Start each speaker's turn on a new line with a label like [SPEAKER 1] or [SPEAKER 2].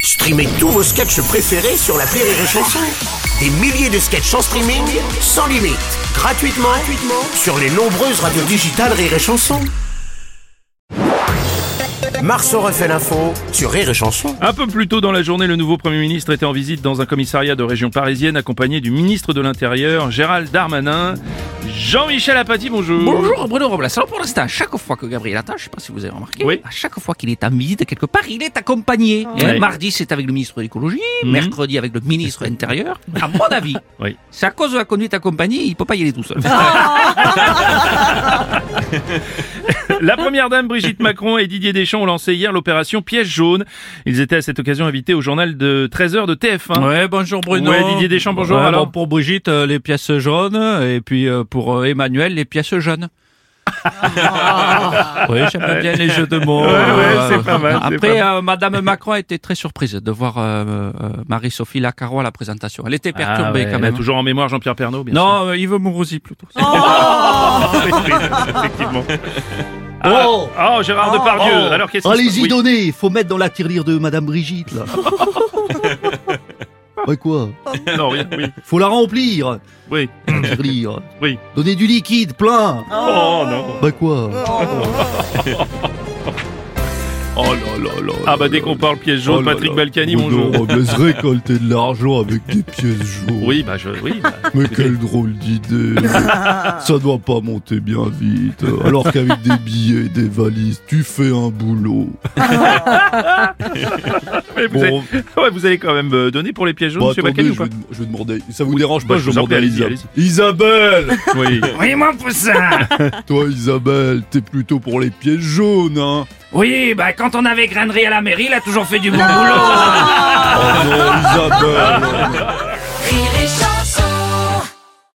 [SPEAKER 1] Streamez tous vos sketchs préférés sur la Rire et Chanson. Des milliers de sketchs en streaming, sans limite, gratuitement, gratuitement sur les nombreuses radios digitales Rire et Chanson. Marceau refait l'info sur Rire et Chanson.
[SPEAKER 2] Un peu plus tôt dans la journée, le nouveau Premier ministre était en visite dans un commissariat de région parisienne accompagné du ministre de l'Intérieur, Gérald Darmanin. Jean-Michel Apathy, bonjour.
[SPEAKER 3] Bonjour Bruno Robles. Alors pour l'instant, à chaque fois que Gabriel Attal, je sais pas si vous avez remarqué,
[SPEAKER 2] Oui.
[SPEAKER 3] à chaque fois qu'il est en visite quelque part, il est accompagné. Hein,
[SPEAKER 2] Ouais.
[SPEAKER 3] Mardi c'est avec le ministre de l'écologie, mercredi avec le ministre de l'Intérieur. À mon avis,
[SPEAKER 2] Oui.
[SPEAKER 3] c'est à cause de la conduite accompagnée, il peut pas y aller tout seul.
[SPEAKER 2] La première dame Brigitte Macron et Didier Deschamps ont lancé hier l'opération Pièce jaune. Ils étaient à cette occasion invités au journal de 13h de TF1.
[SPEAKER 4] Ouais, bonjour Bruno.
[SPEAKER 2] Hein Ouais, Didier Deschamps, bonjour.
[SPEAKER 4] Ouais,
[SPEAKER 2] Alors
[SPEAKER 4] bon, pour Brigitte, euh, les pièces jaunes, et puis euh, pour euh, Emmanuel, les pièces jaunes. oui, j'aime bien les jeux de mots. euh,
[SPEAKER 2] ouais, c'est pas mal, c'est
[SPEAKER 4] Après, euh, Madame Macron était très surprise de voir euh, euh, Marie-Sophie Lacaro à la présentation. Elle était
[SPEAKER 2] Ah,
[SPEAKER 4] perturbée
[SPEAKER 2] ouais,
[SPEAKER 4] quand
[SPEAKER 2] elle
[SPEAKER 4] même. hein.
[SPEAKER 2] a toujours en mémoire Jean-Pierre Pernaud, bien sûr.
[SPEAKER 4] Non, euh, Yves Mourouzi plutôt.
[SPEAKER 2] effectivement. Ah,
[SPEAKER 5] Oh.
[SPEAKER 2] oh, Gérard Depardieu. Alors qu'est-ce
[SPEAKER 6] Oh,
[SPEAKER 2] qui se passe
[SPEAKER 5] Allez-y,
[SPEAKER 2] Oui.
[SPEAKER 5] donnez Faut mettre dans la tirelire de Madame Brigitte, là Bah quoi
[SPEAKER 2] Non, rien, oui.
[SPEAKER 5] Faut la remplir,
[SPEAKER 2] Oui.
[SPEAKER 5] la tirelire
[SPEAKER 2] Oui.
[SPEAKER 5] Donnez du liquide, plein
[SPEAKER 2] Oh non.
[SPEAKER 5] Bah quoi
[SPEAKER 2] Oh là là là. Ah bah dès qu'on parle pièce
[SPEAKER 6] Oh
[SPEAKER 2] jaune, Patrick Balkany, bonjour.
[SPEAKER 6] Robles récolter de l'argent avec des pièces jaunes.
[SPEAKER 2] Oui, bah je oui. bah,
[SPEAKER 6] Mais quelle drôle d'idée. Ça doit pas monter bien vite. Alors qu'avec des billets et des valises, tu fais un boulot.
[SPEAKER 2] mais vous,
[SPEAKER 6] Bon,
[SPEAKER 2] allez, ouais, vous allez quand même euh, donner pour les pièces jaunes,
[SPEAKER 6] bah,
[SPEAKER 2] monsieur
[SPEAKER 6] attendez,
[SPEAKER 2] Balkany
[SPEAKER 6] je
[SPEAKER 2] ou pas
[SPEAKER 6] vais, je vais demander. Ça vous dérange
[SPEAKER 2] bah, je
[SPEAKER 6] pas, je vais
[SPEAKER 2] vous en
[SPEAKER 6] demander à
[SPEAKER 2] prie,
[SPEAKER 6] Isabelle.
[SPEAKER 2] allez-y,
[SPEAKER 6] Isabelle
[SPEAKER 2] Oui.
[SPEAKER 4] Oui, mon poussin.
[SPEAKER 6] Toi, Isabelle, t'es plutôt pour les pièces jaunes, hein
[SPEAKER 4] Oui, bah quand on
[SPEAKER 2] Ah.
[SPEAKER 4] avait grainerie à la mairie, il a toujours fait du bon boulot.
[SPEAKER 6] Oh non, Isabelle